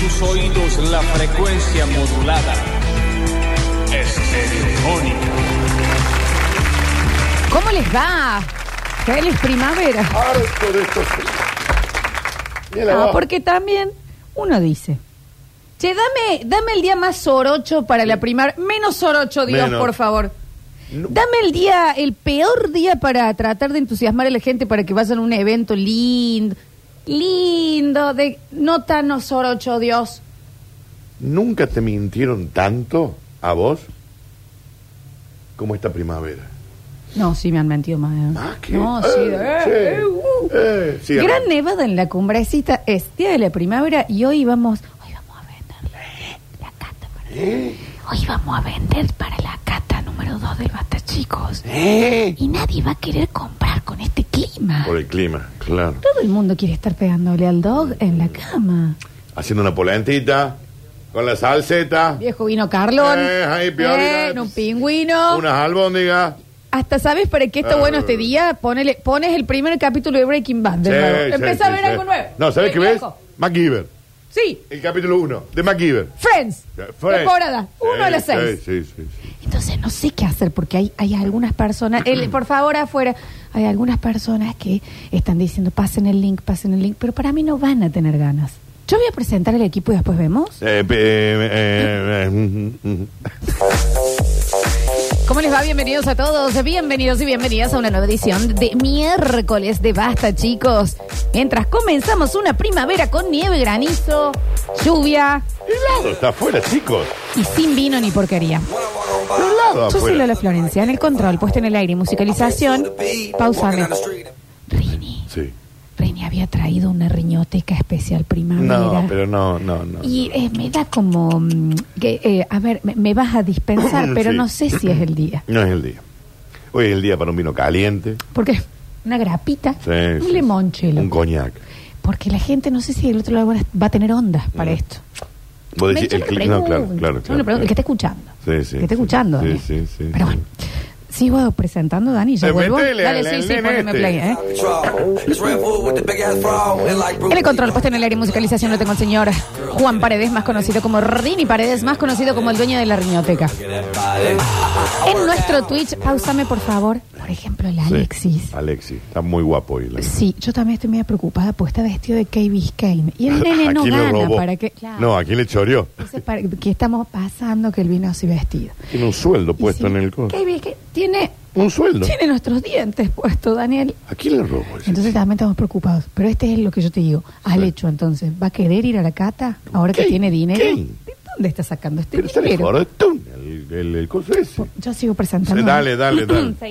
tus oídos la frecuencia modulada. Estereofónica. ¿Cómo les va? Feliz primavera. Harto de estos Mira Ah, vos. porque también uno dice. Che, dame, dame el día más sorocho para la primavera. Menos sorocho, Dios, Menos. por favor. No. Dame el día, el peor día para tratar de entusiasmar a la gente para que vayan a un evento lindo. Lindo, de no tan no sorocho, Dios. ¿Nunca te mintieron tanto a vos como esta primavera? No, sí, me han mentido más. ¿eh? Ah, que- No, eh, sí. eh, sí, eh, uh. eh, sí, Gran amor. nevada en la cumbrecita es día de la primavera y hoy vamos, hoy vamos a vender la cata para ¿Eh? Hoy vamos a vender para la cata número 2 del Basta Chicos. ¿Eh? Y nadie va a querer comprar con este clima. Por el clima, claro. Todo el mundo quiere estar pegándole al dog en la cama. Haciendo una polentita, con la salseta, Viejo vino Carlón. Eh, ahí, piolita. Ven, un pingüino. unas albóndigas. Hasta sabes para qué está Ah. bueno este día. Ponele, pones el primer capítulo de Breaking Bad. de nuevo. Sí, sí, Empezá a sí, ver sí. algo nuevo. No, ¿sabes Eh, qué ves? loco. MacGyver, Sí, el capítulo 1 de MacGyver. Friends. Fue- Temporada Sí, 1 a las 6. Sí, sí, sí. sí. Entonces no sé qué hacer porque hay, hay algunas personas, el- por favor afuera, hay algunas personas que están diciendo pasen el link, pasen el link, pero para mí no van a tener ganas. Yo voy a presentar el equipo y después vemos. Eh, pe- eh, eh, eh, mm, mm. ¿Cómo les va? Bienvenidos a todos, bienvenidos y bienvenidas a una nueva edición de miércoles de Basta chicos. Mientras comenzamos una primavera con nieve, granizo, lluvia Helado está afuera, chicos. y sin vino ni porquería. Pero helado Yo soy afuera. Lola Florencia, en el control, puesta en el aire y musicalización. Pausame. Rini. Sí. Reina había traído una riñoteca especial primavera. No, pero no, no, no. Y eh, me da como mm, que, eh, a ver, me, me vas a dispensar, pero Sí. no sé si es el día. No es el día. Hoy es el día para un vino caliente. Porque una grapita, Sí, un sí. limonchelo. Un coñac. Porque la gente no sé si del otro lado va a tener onda para Mm. esto. Vos Me- decís, yo el le cli- no, claro, pregunto, claro. yo le claro, pregunto, el que está claro. escuchando. Sí, sí, El que está sí. escuchando. eh. Sí, Dani. sí, sí, Pero sí. bueno, sigo presentando, Dani, ya Eh, vuelvo. metele Dale, al- sí, al sí, nene poneme este. play, ¿eh? En el control, puesto en el aire y musicalización, lo tengo el señor Juan Paredes, más conocido como Rini Paredes, más conocido como el dueño de la riñoteca. En nuestro Twitch, pausame por favor, por ejemplo, el Sí. Alexis. Alexis, está muy guapo hoy. la- Sí, yo también estoy medio preocupada porque está vestido de Kay Biscayne. Y el nene no Ah, Aquí le gana robó. para que... Claro. No, aquí le choreó. Entonces, para- ¿Qué estamos pasando que él vino así vestido? Tiene un sueldo Y puesto sí, en el coche. Kay Biscayne tiene, Un sueldo. tiene nuestros dientes puestos, Daniel. ¿A quién le robó ese? Entonces también estamos preocupados. Pero este es lo que yo te digo. Al hecho, entonces, ¿va a querer ir a la cata ahora que ¿Qué? tiene dinero? ¿Qué? ¿De dónde está sacando este Pero sale dinero? fortuna el, el, el coso ese. Yo sigo presentando. Sí, dale, dale, dale.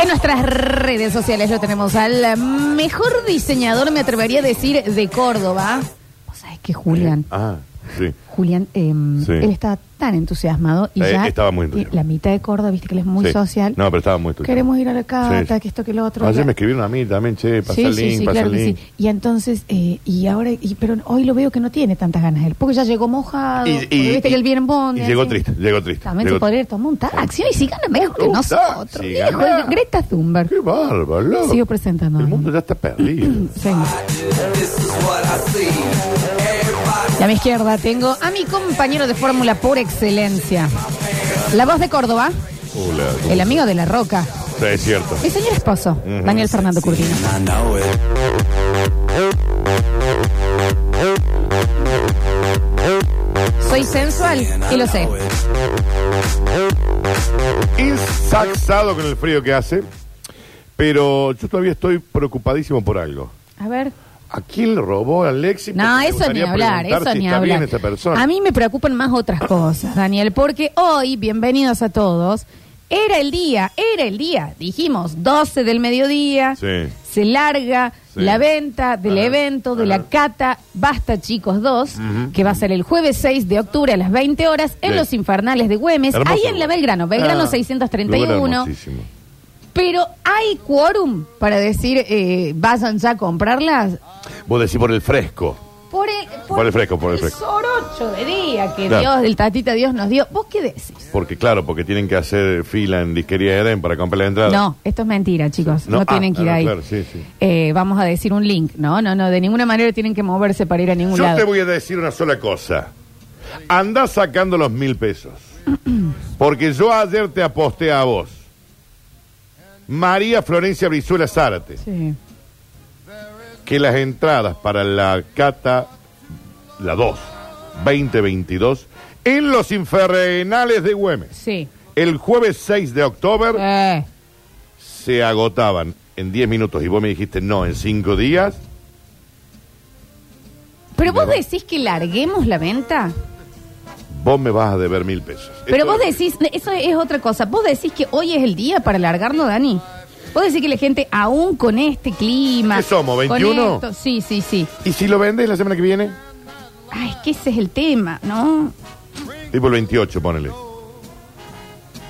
En nuestras redes sociales lo tenemos al mejor diseñador, me atrevería a decir, de Córdoba. Vos sabés que Julián, Ah, sí. Julián, em, Sí. él estaba tan entusiasmado y Eh, ya estaba muy entusiasmado. y la mitad de Córdoba, viste que él es muy Sí. social. No, pero estaba muy estudiado. Queremos ir a la cata, Sí, sí. que esto, que lo otro. Ayer bla. me escribieron a mí también, che, pasa el link, pasa el que link. Y entonces, eh, y ahora, y, pero hoy lo veo que no tiene tantas ganas él, porque ya llegó mojado, Y- y- porque viste y- que él viene en bondi. y llegó así. triste, llegó triste, También llegó se podría tomar un taxi, y si gana mejor que Un nosotros. taxi, viejo, gana. el Greta Thunberg. Qué bárbaro. loco. Sigo presentando. El mundo ya está perdido. Señor. Y a mi izquierda tengo a mi compañero de fórmula por excelencia. La voz de Córdoba, Hola. el amigo de la roca, Sí, es cierto. mi señor esposo, Daniel Fernando Curtino. Soy sensual y lo sé. eh. Insaxado con el frío que hace, pero yo todavía estoy preocupadísimo por algo. A ver. ¿A quién le robó a Alexis? No, Porque me eso ni gustaría hablar, preguntar eso si ni está bien hablar. esa persona. A mí me preocupan más otras cosas, Daniel, porque hoy, bienvenidos a todos, era el día, era el día, dijimos, 12 del mediodía, Sí. se larga Sí. la venta del Ajá, evento, de la ajá. cata Basta Chicos 2, que va a ser el jueves 6 de octubre a las 20 horas en Sí. Los Infernales de Güemes, Hermoso ahí en la lugar. Belgrano, Belgrano Ah, lugar 631. hermosísimo. Pero hay quórum para decir, eh, vayan ya a comprarlas. Vos decís por el fresco. Por e, el, Por el fresco, por el fresco. sorocho de día que Claro. Dios, del tatita Dios nos dio. ¿Vos qué decís? Porque, claro, porque tienen que hacer fila en disquería Eden para comprar la entrada. No, esto es mentira, chicos. No, No, ah, tienen que ir ah, ahí. claro, sí, sí. Eh, vamos a decir un link. No, no, no. De ninguna manera tienen que moverse para ir a ningún Yo lado. te voy a decir una sola cosa. Anda sacando los mil pesos. Porque yo ayer te aposté a vos. María Florencia Brizuela Zárate. Sí. Que las entradas para la cata, la 2, 2022, en los infernales de Güemes, Sí. el jueves 6 de octubre, Eh, se agotaban en 10 minutos. Y vos me dijiste no, en 5 días. Pero vos decís que larguemos la venta. Vos me vas a deber mil pesos. Pero Esto vos es- decís, eso es otra cosa. Vos decís que hoy es el día para largarlo, Dani. Vos decís que la gente, aún con este clima. ¿Qué somos, con 21? esto- sí, sí, sí. ¿Y si lo vendes la semana que viene? Ay, es que ese es el tema, ¿no? Tipo el 28, ponele.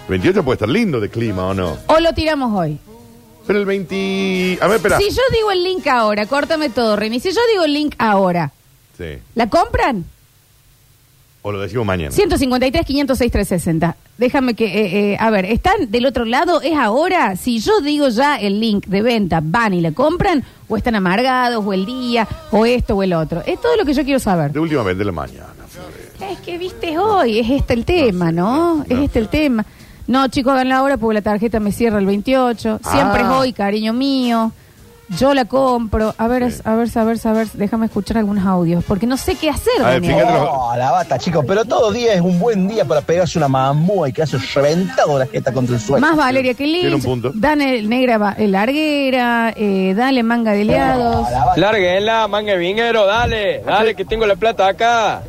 28 puede estar lindo de clima o no. O lo tiramos hoy. Pero el 20. A ver, espera. Si yo digo el link ahora, córtame todo, Rini. Si yo digo el link ahora, Sí. ¿la compran? O lo decimos mañana. 153, 506, 360. Déjame que, eh, eh, a ver, ¿están del otro lado? ¿Es ahora? Si yo digo ya el link de venta, van y la compran, o están amargados, o el día, o esto, o el otro. Es todo lo que yo quiero saber. De última vez de la mañana. Flores. Es que viste es hoy, es este el tema, ¿no? No, no. Es este el tema. No, chicos, hagan la hora porque la tarjeta me cierra el 28. Siempre Ah. es hoy, cariño mío. Yo la compro. A ver, Sí. a ver, a ver, a ver, déjame escuchar algunos audios porque no sé qué hacer. A ver, Daniel. fíjate los- Oh, la bata, chicos, pero todo día es un buen día para pegarse una mamúa y quedarse reventado la jeta contra el suelo. Más Valeria que Tiene un Lynch. punto. Dale Negra va- eh, Larguera. eh, dale Manga de Liados. Larguela, manga vinguero, dale, dale, que tengo la plata acá.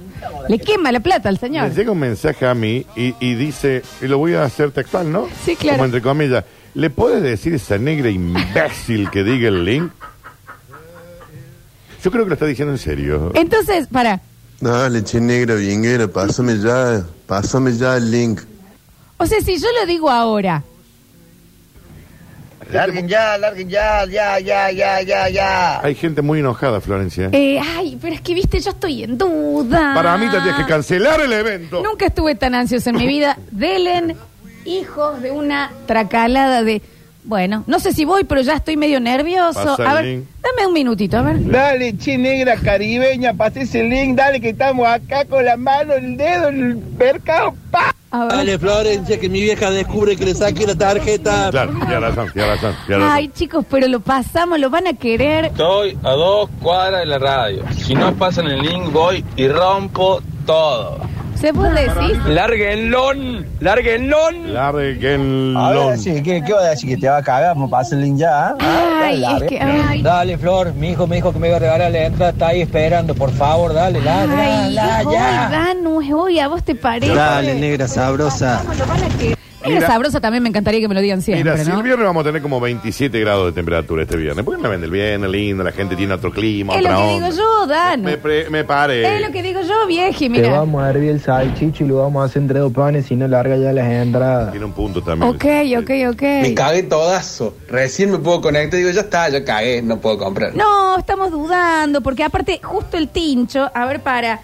Le quema la plata al señor. Me llega un mensaje a mí y, y dice, y lo voy a hacer textual, ¿no? Sí, claro. Como entre comillas, ¿le puedes decir a esa negra imbécil que diga el link? Yo creo que lo está diciendo en serio. Entonces, para. Dale, che negra, vinguera, pásame ya, pásame ya el link. O sea, si yo lo digo ahora, Larguen ya, larguen ya, ya, ya, ya, ya, ya. Hay gente muy enojada, Florencia. eh, ay, pero es que viste, yo estoy en duda. Para mí tendrías que cancelar el evento. Nunca estuve tan ansioso en mi vida. Delen, hijos de una tracalada de. Bueno, no sé si voy, pero ya estoy medio nervioso. Pasa A ver, el link. dame un minutito, a ver. Dale, che negra caribeña, pasé ese link, dale que estamos acá con la mano, el dedo, el mercado, pa. A ver. Dale, Florencia, que mi vieja descubre que le saque la tarjeta. Claro, ya la razón, ya la razón, ya la razón. Ay, chicos, pero lo pasamos, lo van a querer. Estoy a dos cuadras de la radio. Si no pasan el link, voy y rompo todo. ¿Se puede decir? Larguenlón, larguenlón. Larguenlo. Ahora sí, ¿qué, ¿qué va a decir? ¿Que te va a cagar? No pasa el link ya. ¿eh? Ay, Dale, es que. Ay, Dale, Flor, mi hijo me dijo que me iba a regalar la entrada, está ahí esperando, por favor, dale, dale, ay, es hoy, ya. Danu, es hoy, ¿a vos te parece? Dale, negra sabrosa. Lo van a querer. Mira, Mira. sabrosa también me encantaría que me lo digan siempre, Mira, si ¿no? el viernes vamos a tener como 27 grados de temperatura este viernes. ¿Por qué no vende el viernes lindo? La gente tiene otro clima, Es lo otra que onda. digo yo, Dan. Me, pre- me pare. Es lo que digo yo, vieji, mira. a hervir el salchicho y lo vamos a hacer entre dos panes y no larga ya las entradas. Tiene un punto también. Ok, ok, ok. Me cagué todazo. Recién me puedo conectar y digo, ya está, ya cagué, no puedo comprar. No, estamos dudando, porque aparte, justo el tincho, a ver, para.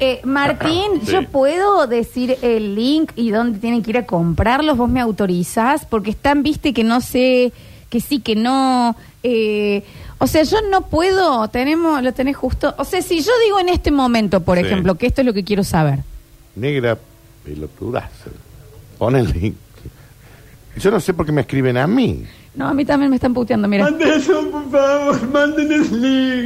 eh, Martín, Sí. yo puedo decir el link y dónde tienen que ir a comprarlos, vos me autorizás, porque están, viste, que no sé, que sí, que no. eh, o sea, yo no puedo, tenemos, lo tenés justo. O sea, si yo digo en este momento, por Sí. ejemplo, que esto es lo que quiero saber. Negra, pelotudazo. Pon el link. Yo no sé por qué me escriben a mí. No, a mí también me están puteando, mira.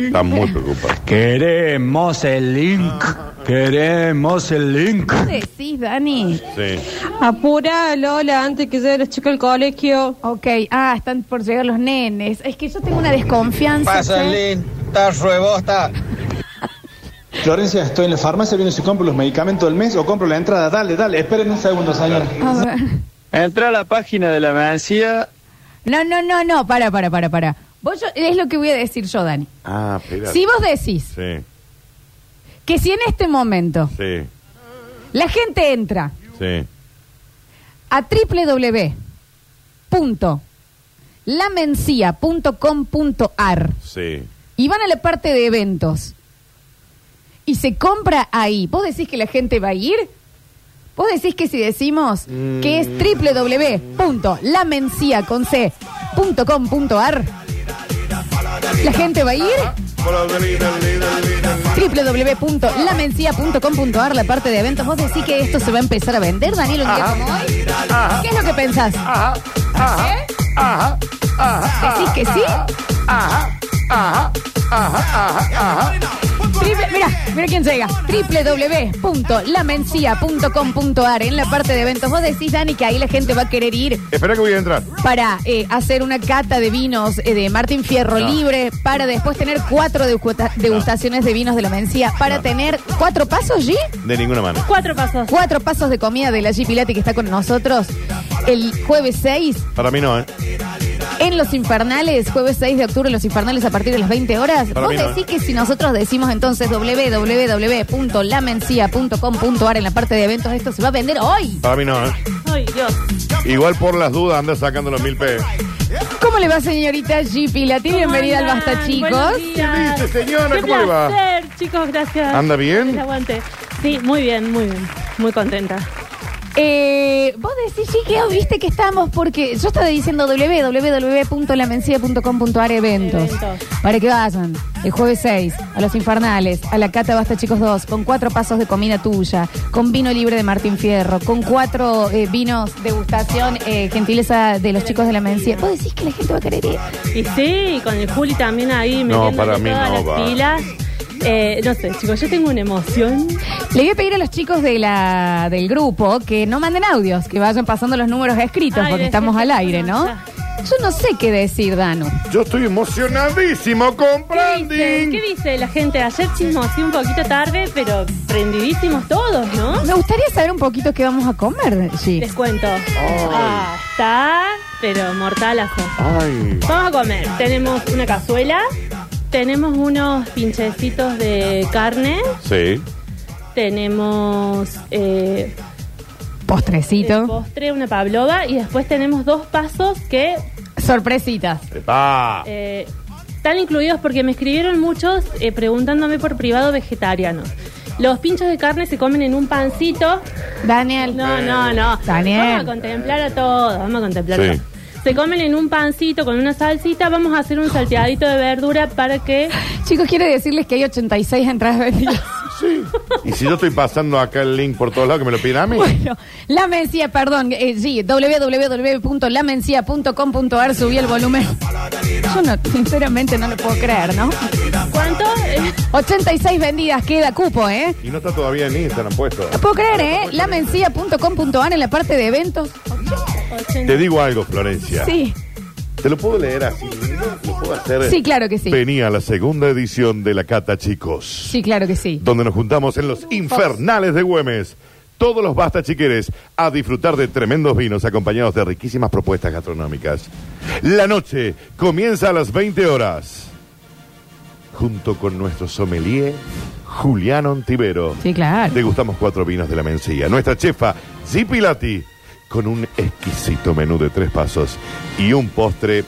Están muy preocupados. Queremos el link, queremos el link. ¿Qué decís, Dani? Sí. Apura, Lola, antes que llegue la chica al colegio. Ok, ah, están por llegar los nenes. Es que yo tengo una desconfianza. Pasa el ¿sí? link, está ruebosta. Florencia, estoy en la farmacia, viendo si compro los medicamentos del mes o compro la entrada. Dale, dale, esperen un segundo, señor. A ver. Entra a la página de la mercía. No, no, no, no, para, para, para, para. Vos yo- es lo que voy a decir yo, Dani. Ah, espera. Si vos decís Sí, que si en este momento sí, la gente entra sí. a www.lamencia.com.ar Sí. y van a la parte de eventos y se compra ahí, ¿vos decís que la gente va a ir? ¿Vos decís que si decimos que es www.lamencia.com.ar, la gente va a ir? www.lamencia.com.ar, la parte de eventos. ¿Vos decís que esto se va a empezar a vender, Daniel, un día como hoy? ¿Qué es lo que pensás? ¿Eh? ¿Decís que sí? Triple- mira, mira quién llega. www.lamencia.com.ar en la parte de eventos. Vos decís, Dani, que ahí la gente va a querer ir Espera que voy a entrar. para eh, hacer una cata de vinos eh, de Martín Fierro Libre, para después tener cuatro degusta- degustaciones de vinos de la Mencía, para tener cuatro pasos, G, De ninguna manera. Cuatro pasos. cuatro pasos de comida de la G Pilati que está con nosotros el jueves 6 Para mí no, ¿eh? en Los Infernales, jueves 6 de octubre, en Los Infernales a partir de las 20 horas. Para Vos mí no, eh. decís que si nosotros decimos entonces www.lamencia.com.ar en la parte de eventos, esto se va a vender hoy. Para mí no, ¿eh? Ay, Dios. Igual por las dudas anda sacando los mil pesos. ¿Cómo le va, señorita G Pilati? ¿Cómo Bienvenida al andan? Basta, chicos. Buenos días. ¿Qué dice, señora? Qué ¿Cómo le va? placer, chicos, gracias. ¿Anda bien? Que les aguante. Sí, muy bien, muy bien. Muy contenta. Eh, vos decís, sí, que hoy viste que estamos porque yo estaba diciendo www.lamencia.com.ar eventos. Eventos. Para que vayan el jueves 6 a los infernales, a la Cata Basta Chicos 2, con cuatro pasos de comida tuya, con vino libre de Martín Fierro, con cuatro eh, vinos degustación, eh, gentileza de los chicos de la Mencía. Vos decís que la gente va a querer ir. Y sí, y con el Juli también ahí, No, metiéndole para mí todas no las va. pilas. Eh, no sé, chicos, yo tengo una emoción. Le voy a pedir a los chicos de la, del grupo que no manden audios, que vayan pasando los números escritos, Ay, porque decía estamos que al no, aire, ¿no? ya. Yo no sé qué decir, Danu. Yo estoy emocionadísimo con ¿Qué dice? branding. ¿Qué dice la gente? Ayer chismosé un poquito tarde, pero prendidísimos todos, ¿no? Me gustaría saber un poquito qué vamos a comer, sí. ¿Ah? Les cuento. Ah, está, pero mortalazo. Ay, Vamos a comer. Tenemos una cazuela, tenemos unos pinchecitos de carne, sí. tenemos eh, de Postrecito. postre, una pavlova y después tenemos dos pasos que Sorpresitas. Epa. eh, están incluidos porque me escribieron muchos eh, preguntándome por privado vegetariano. Los pinchos de carne se comen en un pancito. Daniel. No, no, no. Daniel. Vamos a contemplar a todos, Oh, vamos a contemplar Sí. a todos. Se comen en un pancito con una salsita, vamos a hacer un salteadito de verdura para que Chicos, quiero decirles que hay 86 entradas vendidas. Sí. Y si yo estoy pasando acá el link por todos lados que me lo piden a mí. Bueno, la mencía, perdón, eh, sí, www.lamencia.com.ar subí el volumen. Yo no, sinceramente no lo puedo creer, ¿no? ¿Cuánto? Eh, 86 vendidas, queda cupo, ¿eh? Y no está todavía en Instagram puesto. No puedo creer, ¿eh? Lamencia.com.ar en la parte de eventos. Te digo algo, Florencia. Sí, Te lo puedo leer así. Lo puedo hacer. sí, claro que sí. Venía la segunda edición de La Cata, chicos. Sí, claro que sí. donde nos juntamos en los infernales de Güemes. Todos los basta chiqueres a disfrutar de tremendos vinos acompañados de riquísimas propuestas gastronómicas. La noche comienza a las 20 horas. Junto con nuestro sommelier Julián Ontivero. Sí, claro. Degustamos cuatro vinos de la Mencía. Nuestra chefa, Zipilati, con un exquisito menú de tres pasos y un postre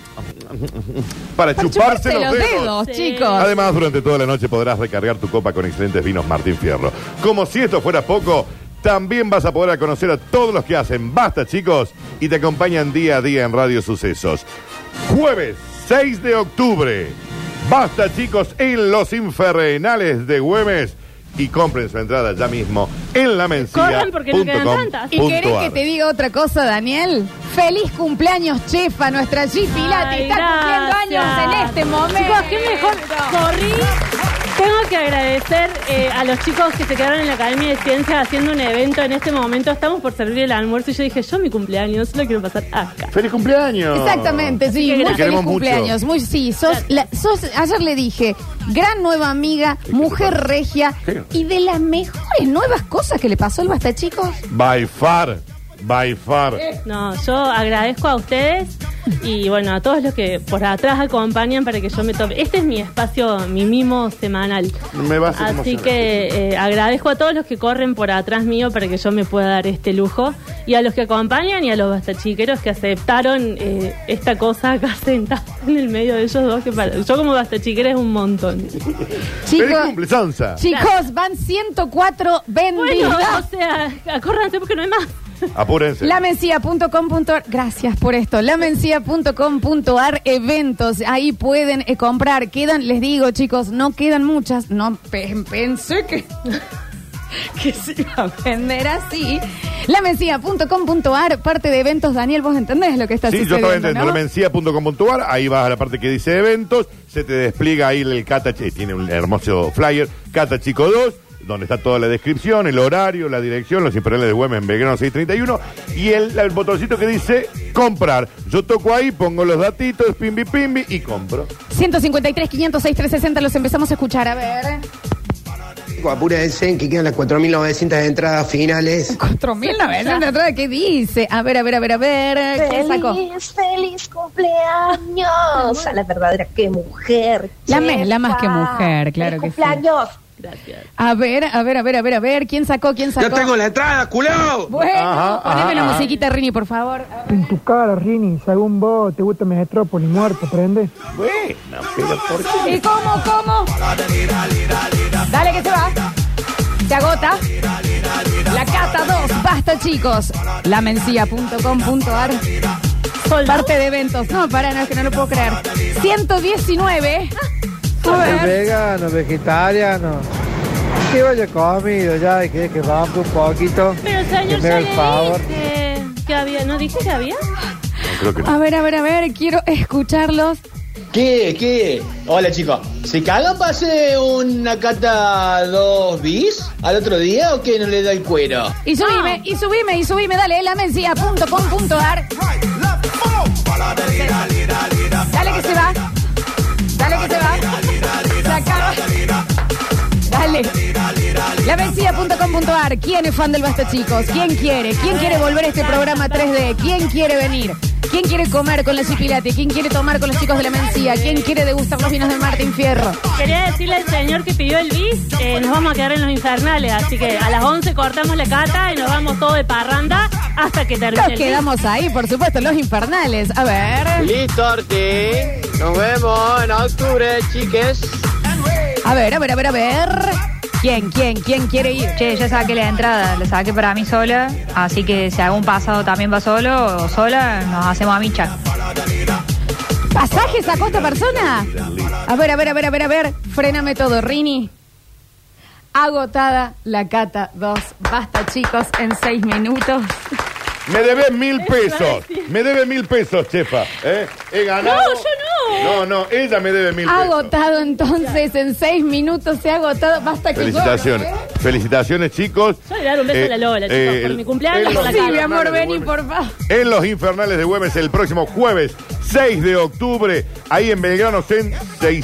para, chuparse, los, dedos. Sí. chicos. Además, durante toda la noche podrás recargar tu copa con excelentes vinos Martín Fierro. Como si esto fuera poco, también vas a poder conocer a todos los que hacen Basta, chicos, y te acompañan día a día en Radio Sucesos. Jueves 6 de octubre. Basta, chicos, en los infernales de Güemes. Y compren su entrada ya mismo en la Corran porque no quedan tantas. ¿Y querés que te diga otra cosa, Daniel? ¡Feliz cumpleaños, chefa! Nuestra G Pilati Ay, está cumpliendo gracias. años en este momento. Chicos, qué mejor. Corrí. Tengo que agradecer eh, a los chicos que se quedaron en la Academia de Ciencias haciendo un evento en este momento. Estamos por servir el almuerzo y yo dije, yo mi cumpleaños lo quiero pasar acá. ¡Feliz cumpleaños! Exactamente, sí, que muy gracias. Te feliz queremos cumpleaños. mucho. Muy, sí, sos, la- sos- ayer le dije, gran nueva amiga, mujer regia ¿Qué? y de las mejores nuevas cosas que le pasó al Basta, chicos. By far, by far. No, yo agradezco a ustedes, Y bueno, a todos los que por atrás acompañan para que yo me tome. Este es mi espacio, mi mimo semanal. Me va a hacer Así emocionar. que eh, agradezco a todos los que corren por atrás mío para que yo me pueda dar este lujo. Y a los que acompañan y a los bastachiqueros que aceptaron eh, esta cosa acá sentada en el medio de ellos dos. Que para- yo como bastachiquera es un montón. ¡Feliz Chicos, cumple, Sansa! chicos, van 104 Bueno, vendidas. o sea, acórranse porque no hay más. Apúrense. Lamencia.com.ar, gracias por esto. Lamencia.com.ar, eventos, ahí pueden eh, comprar. Quedan, les digo chicos, no quedan muchas. No pe- pensé que, que se iba a vender así. Lamencia.com.ar, parte de eventos. Daniel, vos entendés lo que está Sí, yo sucediendo, estaba entendiendo. ¿no? Lomencia.com.ar, ahí vas a la parte que dice eventos, se te despliega ahí el Cata, eh, tiene un hermoso flyer, Cata Chico 2, donde está toda la descripción, el horario, la dirección, los imperiales de Güemes en Belgrano 631, y el, el botoncito que dice comprar. Yo toco ahí, pongo los datitos, pimbi pimbi, y compro. 153, 506, 360, los empezamos a escuchar. A ver, Apúrense que quedan las 4.900 entradas finales. 4.900 de atrás, ¿qué dice? A ver, a ver, a ver, a ver. ¿Qué sacó? Feliz, feliz cumpleaños. A la verdadera que mujer. La me- la más que chefa. mujer, claro Feliz que sí. cumpleaños. A ver, a ver, a ver, a ver, a ver. ¿Quién sacó? ¿Quién sacó? Yo tengo la entrada, culo. Bueno, Ajá, poneme ajá, la ajá. musiquita, Rini, por favor. En tu cara, Rini, según vos, te gusta Megetrópolis, muerto, prende. Bueno, pero ¿por qué? ¿Y cómo, cómo? Dale que se va. Se agota. La Cata 2. Basta, chicos. Lamencia.com.ar. Parte de eventos. No, para, no, es que no lo puedo creer. 119. A ver. vegano, vegetariano. Que vaya comido ya, que, que vamos un poquito. Pero señor, Que me ya haga le el favor. dije que había. ¿No dije que había? Creo que no. A ver, a ver, a ver. Quiero escucharlos. ¿Qué? ¿Qué? Hola chicos, ¿se cagan para hacer una cata dos bis al otro día o que no le da el cuero? Y subime, y subime, y subime. Dale, lamencia.com.ar. Dale que se va. Dale que se va. Se acaba. Dale. Lamencia.com.ar. ¿Quién es fan del Basta Chicos? ¿Quién quiere? ¿Quién quiere volver a este programa 3D? ¿Quién quiere venir? ¿Quién quiere comer con la Chipilati? ¿Quién quiere tomar con los chicos de la Mencía? ¿Quién quiere degustar los vinos de Martín Fierro? Quería decirle al señor que pidió el bis, eh, nos vamos a quedar en los infernales, así que a las 11 cortamos la cata y nos vamos todos de parranda hasta que termine Nos el quedamos ahí, por supuesto, los infernales. A ver. Listo, Orti. Nos vemos en octubre, chiques. A ver, a ver, a ver, a ver. ¿Quién, quién, quién quiere ir? Che, yo saqué la entrada, la saqué para mí sola, así que si algún pasado también va solo o sola, nos hacemos a micha. ¿Pasaje sacó esta persona? A ver, a ver, a ver, a ver, a ver. Fréname todo, Rini. Agotada la cata 2. Basta, chicos, en 6 minutos. Me debes mil Eso iba a pesos. Me debes mil pesos, chefa. ¿eh? He ganado. No, yo no. No, no, ella me debe mil pesos. Agotado entonces, en 6 minutos se ha agotado. Basta que Felicitaciones. yo, ¿eh? Felicitaciones, chicos. Yo Eh, le voy a dar un beso a la Lola, chicos, por mi cumpleaños, por en la los ¿eh? Sí, mi amor, infernales de vení, Güemes. por favor. En los infernales de Güemes, el próximo jueves 6 de octubre, ahí en Belgrano Cen-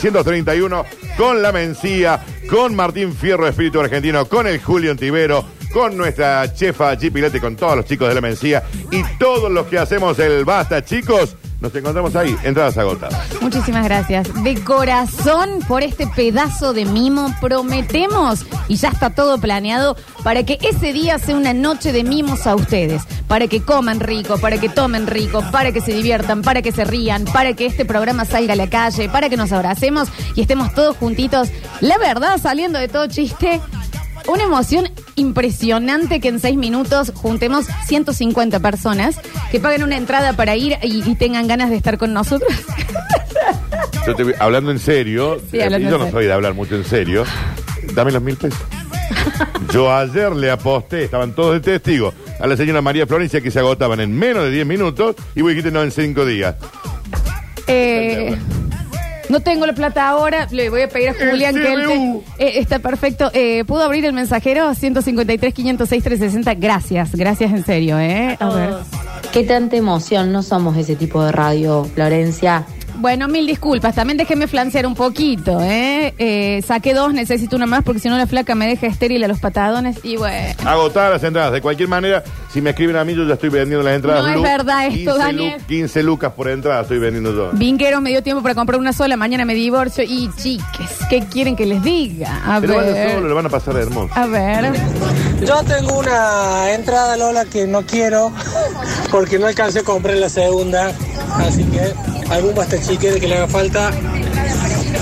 631, con la Mencía, con Martín Fierro, Espíritu Argentino, con el Julio Tibero, con nuestra chefa G. Pilete, con todos los chicos de la Mencía y todos los que hacemos el Basta, chicos. Nos encontramos ahí, entradas agotadas. Muchísimas gracias. De corazón por este pedazo de mimo. Prometemos, y ya está todo planeado, para que ese día sea una noche de mimos a ustedes. Para que coman rico, para que tomen rico, para que se diviertan, para que se rían, para que este programa salga a la calle, para que nos abracemos y estemos todos juntitos. La verdad, saliendo de todo chiste. Una emoción impresionante que en seis minutos juntemos 150 personas que paguen una entrada para ir y- y tengan ganas de estar con nosotros. Yo te vi- hablando en serio, Sí, eh, hablando y yo en no serio. soy de hablar mucho en serio, dame los mil pesos. Yo ayer le aposté, estaban todos de testigo, a la señora María Florencia que se agotaban en menos de 10 minutos y vos dijiste no en 5 días. Eh, no tengo la plata ahora, le voy a pedir a El Julián que él te- CBU. Eh, Está perfecto. Eh, ¿Pudo abrir el mensajero? 153, 506, 360. Gracias, gracias en serio, ¿eh? A ver. Qué tanta emoción, no somos ese tipo de radio, Florencia. Bueno, mil disculpas. También déjeme flancear un poquito, ¿eh? Eh, Saqué dos, necesito una más porque si no la flaca me deja estéril a los patadones. Y bueno. Agotadas las entradas. De cualquier manera, si me escriben a mí, yo ya estoy vendiendo las entradas. No es verdad esto, Daniel. lu- 15 lucas por entrada estoy vendiendo yo. Vinguero me dio tiempo para comprar una sola, mañana me divorcio. Y chiques, ¿qué quieren que les diga? A Pero van a ver. solo, lo van a pasar hermoso. A ver. Yo tengo una entrada Lola que no quiero porque no alcancé a comprar la segunda. Así que algún bastachique de que le haga falta.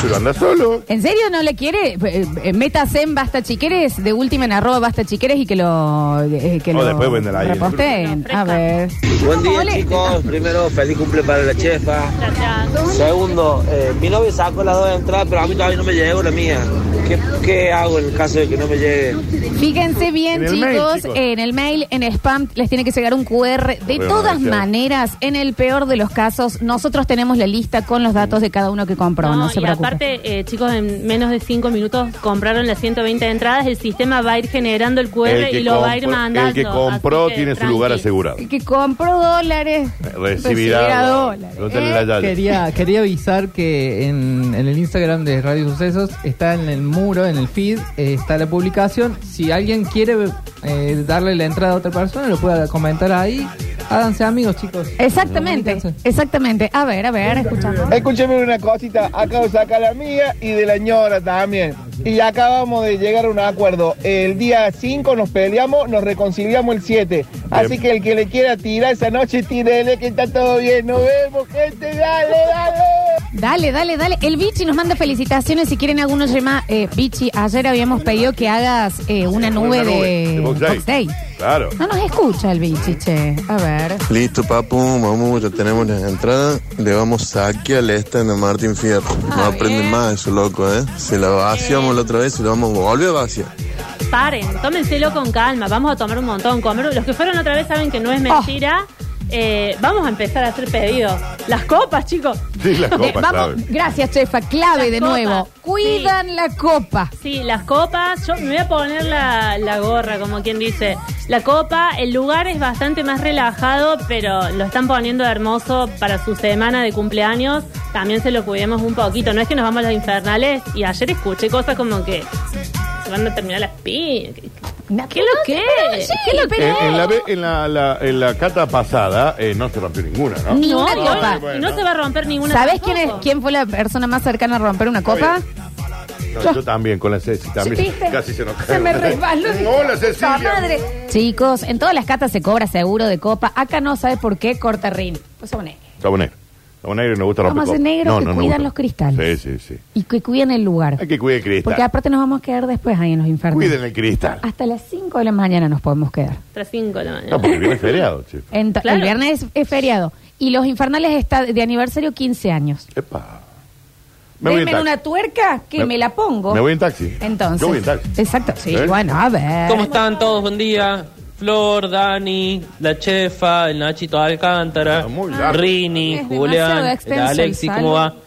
Pero anda solo. ¿En serio no le quiere? Eh, eh, Métase en Basta Chiqueres, de última en arroba Basta Chiqueres y que lo. eh, Oh, que No, lo después venden ahí. reposteen. A ver. Buen día chicos, primero feliz cumple para la chefa. Segundo, eh, mi novio sacó las dos entradas, pero a mí todavía no me llegó la mía. ¿Qué, qué hago en el caso de que no me llegue? Fíjense bien, En el chicos, mail, chicos. en el mail, en spam, les tiene que llegar un QR. De Correo todas anunciado. maneras, en el peor de los casos, nosotros tenemos la lista con los datos de cada uno que compró, no, No, se y preocupen. aparte, eh, chicos, en menos de 5 minutos compraron las 120 entradas. El sistema va a ir generando el QR El que y lo va a ir compro- mandando. el que así compró que tiene su tranqui. lugar asegurado. Que compró dólares. Eh, Recibirá. Recibirá dólares. No te la yaya. Quería, quería avisar que en, en el Instagram de Radio Sucesos está en el muro, en el feed, eh, está la publicación. Si alguien quiere eh, darle la entrada a otra persona, lo pueda comentar ahí. Háganse amigos, chicos. Exactamente, exactamente. A ver, a ver, escuchamos. Escúchame una cosita, acabo de sacar la mía y de la ñora también. Y acabamos de llegar a un acuerdo. El día 5 nos peleamos, nos reconciliamos el 7. Así que el que le quiera tirar esa noche, tírele que está todo bien. Nos vemos, gente, dale, dale. Dale, dale, dale. El Bichi nos manda felicitaciones. Si quieren algunos llama eh, Bichi, ayer habíamos pedido que hagas eh, una nube de, Box Day. Box Day. Claro. No nos escucha el Bichi, che. A ver. Listo, papu, vamos, ya tenemos las entradas. Le vamos aquí al stand de Martín Fierro. No aprende más eso, loco, ¿eh? Se la vaciamos la otra vez y lo vamos a volver a vaciar. Paren, tómenselo con calma. Vamos a tomar un montón. Comer. Los que fueron otra vez saben que no es mentira. Eh, vamos a empezar a hacer pedidos. Las copas, chicos. Sí, las Eh, copas, vamos, clave. gracias, chefa. Clave de copas, nuevo. Cuidan la copa. Sí, las copas, yo me voy a poner la, la gorra, como quien dice. La copa, el lugar es bastante más relajado, pero lo están poniendo hermoso para su semana de cumpleaños. También se lo cuidemos un poquito. No es que nos vamos a las infernales. Y ayer escuché cosas como que se van a terminar las pin. ¿Qué lo que? pero sí, ¿Qué lo pero- En, en la, ve- en, la, la- en la cata pasada eh, no se rompió ninguna, ¿no? Ni una Bueno, copa. bueno, no se va a romper ninguna. ¿Sabes quién, es, quién fue la persona más cercana a romper una copa? no, yo también, con la Ceci también. ¿Viste? Casi se nos cae. Se me resbaló. Hola, ¡Pa Cecilia. madre! Chicos, en todas las catas se cobra seguro de copa. Acá no sabes por qué corta rin. Pues pone. Estamos negros. Estamos negros y nos gusta romper Vamos a ser copas. negros que nos cuidan gusta. los cristales. Sí, sí, sí. Y que cuiden el lugar. Hay que cuidar el Porque cristal. aparte Ah, nos vamos a quedar después ahí en los infernos. Cuiden el cristal. Hasta las 5 de la mañana nos podemos quedar. Tras cinco de la mañana. No, porque viene feriado, che. Ento- Claro. El viernes es, es feriado. Y los infernales está de aniversario 15 años. Epa. Me voy en Denme taxi. una tuerca que Me- me, la pongo. Me voy en taxi. Entonces. Yo voy en taxi. Exacto. Sí, ¿Eh? bueno, a ver. ¿Cómo están todos? Buen día. Flor, Dani, la chefa, el Nachito Alcántara, Rini, Es demasiado Julián, el extenso Alexi, el ¿cómo va? saldo.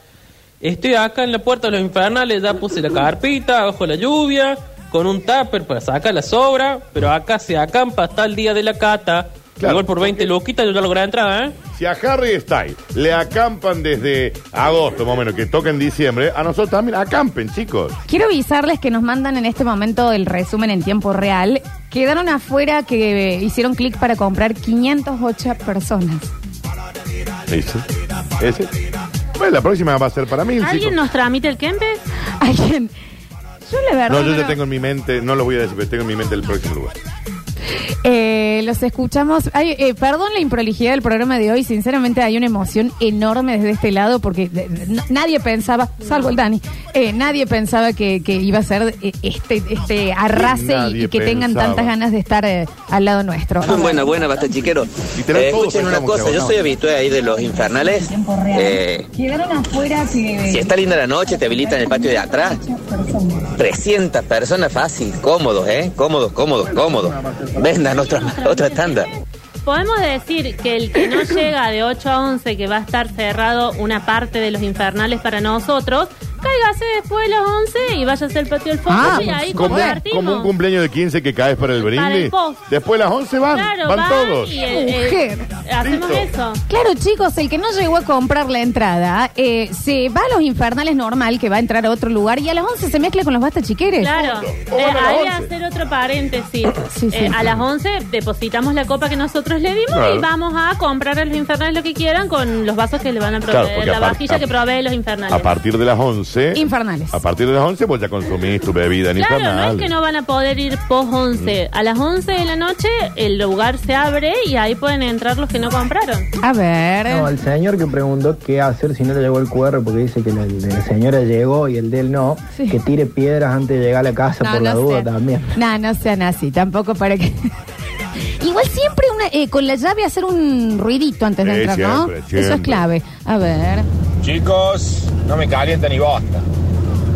Estoy acá en la puerta de los infernales, ya puse la carpita, bajo la lluvia, con un tupper para sacar la sobra, pero acá se acampa hasta el día de la cata. Igual por 20 luquitas yo ya logré entrar, ¿eh? Si a Harry Styles le acampan desde agosto, más o menos, que toca en diciembre, a nosotros también acampen, chicos. Quiero avisarles que nos mandan en este momento el resumen en tiempo real. Quedaron afuera que hicieron clic para comprar 508 personas. ¿Ese? ¿Ese? Bueno, la próxima va a ser para mí, chicos. ¿Alguien nos tramite el Kempe? ¿Alguien? Yo la verdad. No, yo no- ya tengo en mi mente, no los voy a decir, pero tengo en mi mente el próximo lugar. Eh, los escuchamos. Ay, eh, perdón la improlijidad del programa de hoy. Sinceramente hay una emoción enorme desde este lado porque de- de- no- nadie pensaba, salvo el Dani, eh, nadie pensaba que, que iba a ser eh, este, este arrase y, Nadie y que tengan pensaba. tantas ganas de estar eh, al lado nuestro. Buena, buena, basta chiquero. Literal, Eh, todos escuchen una pensamos cosa, que yo soy habitué ahí de los infernales. Eh, Quedaron afuera si está linda la noche, te habilitan el patio de atrás. 300 personas fácil, cómodos, ¿eh? Cómodos, cómodos, cómodos. Vendan otra, otra tanda. Podemos decir que el que no llega de 8 a 11, que va a estar cerrado una parte de los infernales para nosotros, Sáigase después de las 11 y váyase al patio del fondo y ahí Ah, como, compartimos. como un cumpleaños de 15 que caes para el brindis. el post. Después de las 11 van, Claro, van, van todos. y el- eh, hacemos eso. Claro, chicos, el que no llegó a comprar la entrada eh, se va a los infernales normal, que va a entrar a otro lugar y a las 11 se mezcla con los basta chiqueres. Claro, eh, ahí voy a hacer otro paréntesis. Sí, sí. Eh, a las 11 depositamos la copa que nosotros le dimos Claro. y vamos a comprar a los infernales lo que quieran con los vasos que le van a Claro, proveer, porque la apar- vajilla a- que provee los infernales. A partir de las Eh, 11. Infernales. A partir de las 11 vos ya consumís tu bebida en Claro, no infernal. es que no van a poder ir post 11. A las 11 de la noche el lugar se abre y ahí pueden entrar los que no compraron. A ver. No, el señor que preguntó qué hacer si no le llegó el QR porque dice que la, la señora llegó y el de él no, que tire piedras antes de llegar a la casa No, por la no duda sé. también. No, no sean así, tampoco para que. Igual siempre una, eh, con la llave hacer un ruidito antes de Sí, entrar, ¿no? siempre, Eso es siempre. clave. A ver. Chicos, no me calienta ni bosta.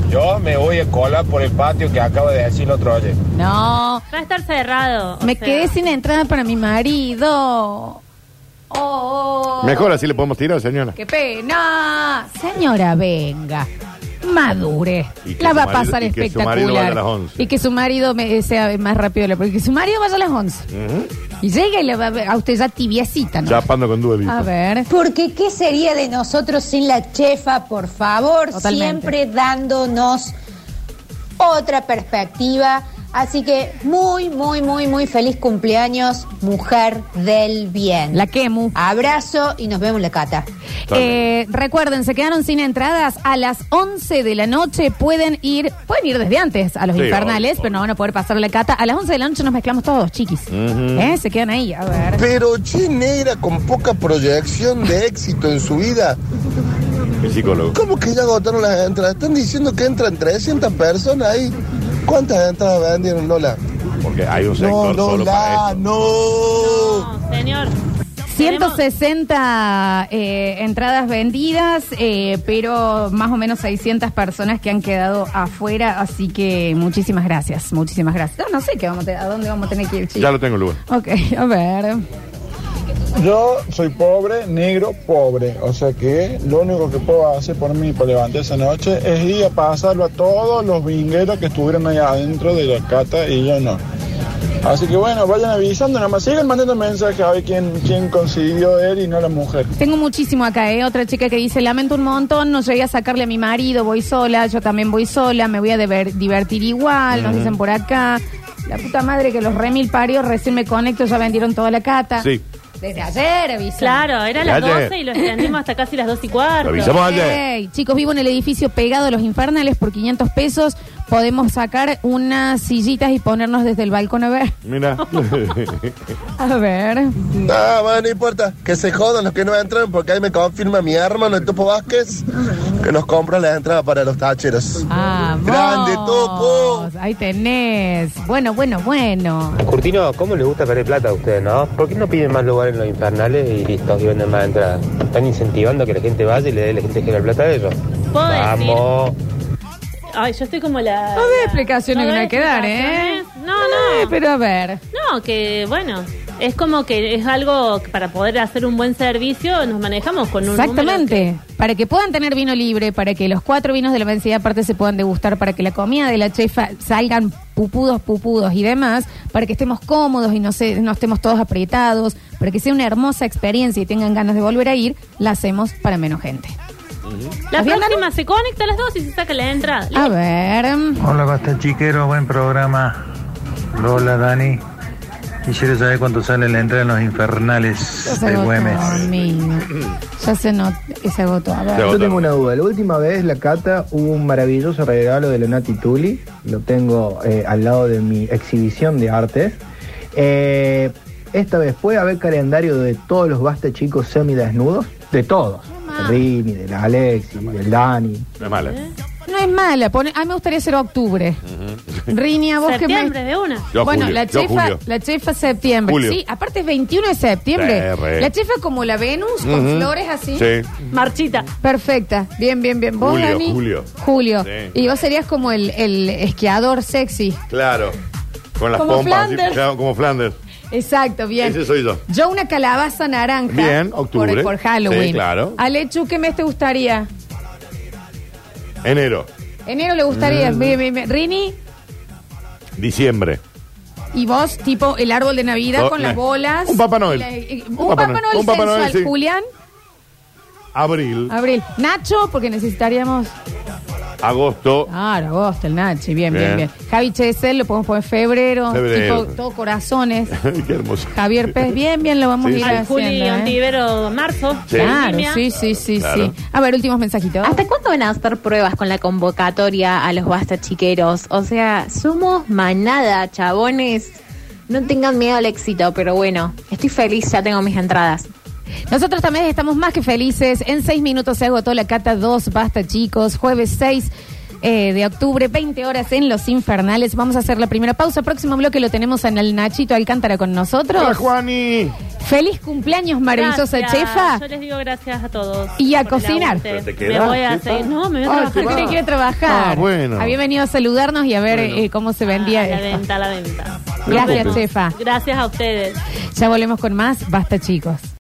Yo me voy a colar por el patio que acaba de decir el otro oye. No. Va a estar cerrado. o Me sea, quedé sin entrada para mi marido. Oh. Mejor así le podemos tirar, señora. ¡Qué pena! Señora, venga. Madure. Y que La su va a marido- pasar y que su espectacular. marido vaya a las 11. Y que su marido me- sea más rápido. la- Porque su marido vaya a las 11. Ujú. Y llega y le va a, ver- a usted ya tibiecita, ¿no? Ya pando con duda, A Lito. ver. Porque ¿qué sería de nosotros sin la chefa, por favor? Totalmente. Siempre dándonos otra perspectiva. Así que muy, muy, muy, muy feliz cumpleaños, mujer del bien. La quemu. Ah, Abrazo y nos vemos en la cata. Eh, recuerden, se quedaron sin entradas a las 11 de la noche. Pueden ir, pueden ir desde antes a los Sí, infernales, pero no van a poder pasar la cata. A las 11 de la noche nos mezclamos todos, chiquis. ¿Eh? Se quedan ahí, a ver. Pero che negra con poca proyección de éxito en su vida. El psicólogo. ¿Cómo que ya agotaron las entradas? Están diciendo que entran 300 personas ahí. ¿Cuántas entradas vendieron, Lola? Porque hay un No, sector solo para Lola, no. Señor. 160 eh, entradas vendidas, eh, pero más o menos 600 personas que han quedado afuera, así que muchísimas gracias, muchísimas gracias. No, no sé qué vamos a, te- a dónde vamos a tener que ir, Ya chicos. lo tengo, Lugar. Ok, a ver. Yo soy pobre, negro, pobre. O sea que lo único que puedo hacer por mí para levantar esa noche es ir a pasarlo a todos los vingueros que estuvieron allá adentro de la cata y yo no. Así que bueno, vayan avisando, nada más sigan mandando mensajes a ver quién, quién consiguió él y no la mujer. Tengo muchísimo acá, ¿eh? Otra chica que dice, lamento un montón, no llegué a sacarle a mi marido, voy sola, yo también voy sola, me voy a deber- divertir igual, nos Ujú. dicen por acá. La puta madre que los remil parios recién me conecto, ya vendieron toda la cata. Sí. Desde ayer, avisan. Claro, era las Ayer. 12 y lo extendimos hasta casi las 2 y cuarto. Lo avisamos ayer. Ey, chicos, vivo en el edificio pegado a los infernales por 500 pesos. Podemos sacar unas sillitas y ponernos desde el balcón a ver. Mira. A ver. Ah, bueno, no importa. Que se jodan los que no entran porque ahí me confirma mi hermano, el Topo Vázquez, que nos compra las entradas para los tacheros. Grande topo. Ahí tenés. Bueno, bueno, bueno. Curtino, ¿cómo les gusta perder plata a ustedes, no? ¿Por qué no piden más lugares en los infernales y listo, y venden más entradas? Están incentivando que la gente vaya y le dé la gente que la plata a ellos. ¿Puedo decir? Vamos. Ay, yo estoy como la... No de No explicaciones doy que no hay que dar, ¿eh? explicaciones. No, no. Eh, pero a ver. No, que bueno, es como que es algo que para poder hacer un buen servicio nos manejamos con un Exactamente. Para que puedan tener vino libre, para que los cuatro vinos de la vencida aparte se puedan degustar, para que la comida de la chefa salgan pupudos, pupudos y demás, para que estemos cómodos y no, se- no estemos todos apretados, para que sea una hermosa experiencia y tengan ganas de volver a ir, la hacemos para menos gente. número. La próxima se conecta a las dos y se saca la entrada. A ver. Hola, basta chiquero, buen programa. Hola, Dani. Quisiera saber cuánto sale la entrada en los infernales Se de agotó, Güemes. amigo. Ya se, no, se agotó. A ver. agotó. Yo tengo una duda. La última vez la cata hubo un maravilloso regalo de Leonati Tuli. Lo tengo eh, al lado de mi exhibición de artes. Eh, esta vez puede haber calendario de todos los basta chicos semidesnudos. De todos. De Rini, del Alexi, del Dani. No es mala. No es mala. pone- a mí me gustaría ser octubre. Rini, a vos que me- Septiembre de una. Yo bueno, julio, la yo chefa, julio. la chefa septiembre. Julio. Sí, aparte es 21 de septiembre. Sí, re. La chefa como la Venus, con Ujú. flores así. Sí. Marchita. Perfecta. Bien, bien, bien. ¿Vos, Julio, Dani? Julio. Julio. Sí. Y vos serías como el, el esquiador sexy. Claro. Con las Como pompas. así, Flanders. claro, como Flanders. Exacto, bien. Ese soy yo. Yo una calabaza naranja. Bien, octubre. Por, por Halloween. Sí, claro. Alechu, ¿qué mes te gustaría? Enero, Enero le gustaría. Mm. me- me- me- Rini, diciembre. y vos, tipo el árbol de Navidad No, con no. las bolas. Un Papá Noel. Y la- y- Un Un, Papá Papá Noel. Noel Un Papá Noel, sensual. sí. Julián, Abril, abril. Nacho, porque necesitaríamos. agosto. Claro, agosto, el Nachi. Bien, bien, bien. Bien. Javi Chesel, lo podemos poner en febrero. Febrero. Tipo, todo corazones. Qué hermoso. Javier Pérez, bien, bien, lo vamos Sí, a ir sí. haciendo. Juli ¿eh? Ontivero, marzo. Sí. Claro, sí, sí, sí, Claro. sí. A ver, últimos mensajitos. ¿Hasta cuándo van a hacer pruebas con la convocatoria a los basta chiqueros? O sea, somos manada, chabones. No tengan miedo al éxito, pero bueno, estoy feliz, ya tengo mis entradas. Nosotros también estamos más que felices. En seis minutos se agotó la cata 2, basta chicos. Jueves 6 eh, de octubre, 20 horas en Los Infernales. Vamos a hacer la primera pausa. Próximo bloque lo tenemos en el Nachito Alcántara con nosotros. Hola, Juani. Feliz cumpleaños, maravillosa Gracias. chefa. Yo les digo gracias a todos. Y a por el cocinar. aguante. ¿Pero te Me quedás, voy a chefa? seguir. No, me voy a Ah, trabajar. te vas. Tiene que ir a trabajar. Ah, bueno. Había venido a saludarnos y a ver eh, cómo se vendía La esto. venta, la venta. Gracias, Bueno, chefa. Gracias a ustedes. Ya volvemos con más. Basta, chicos.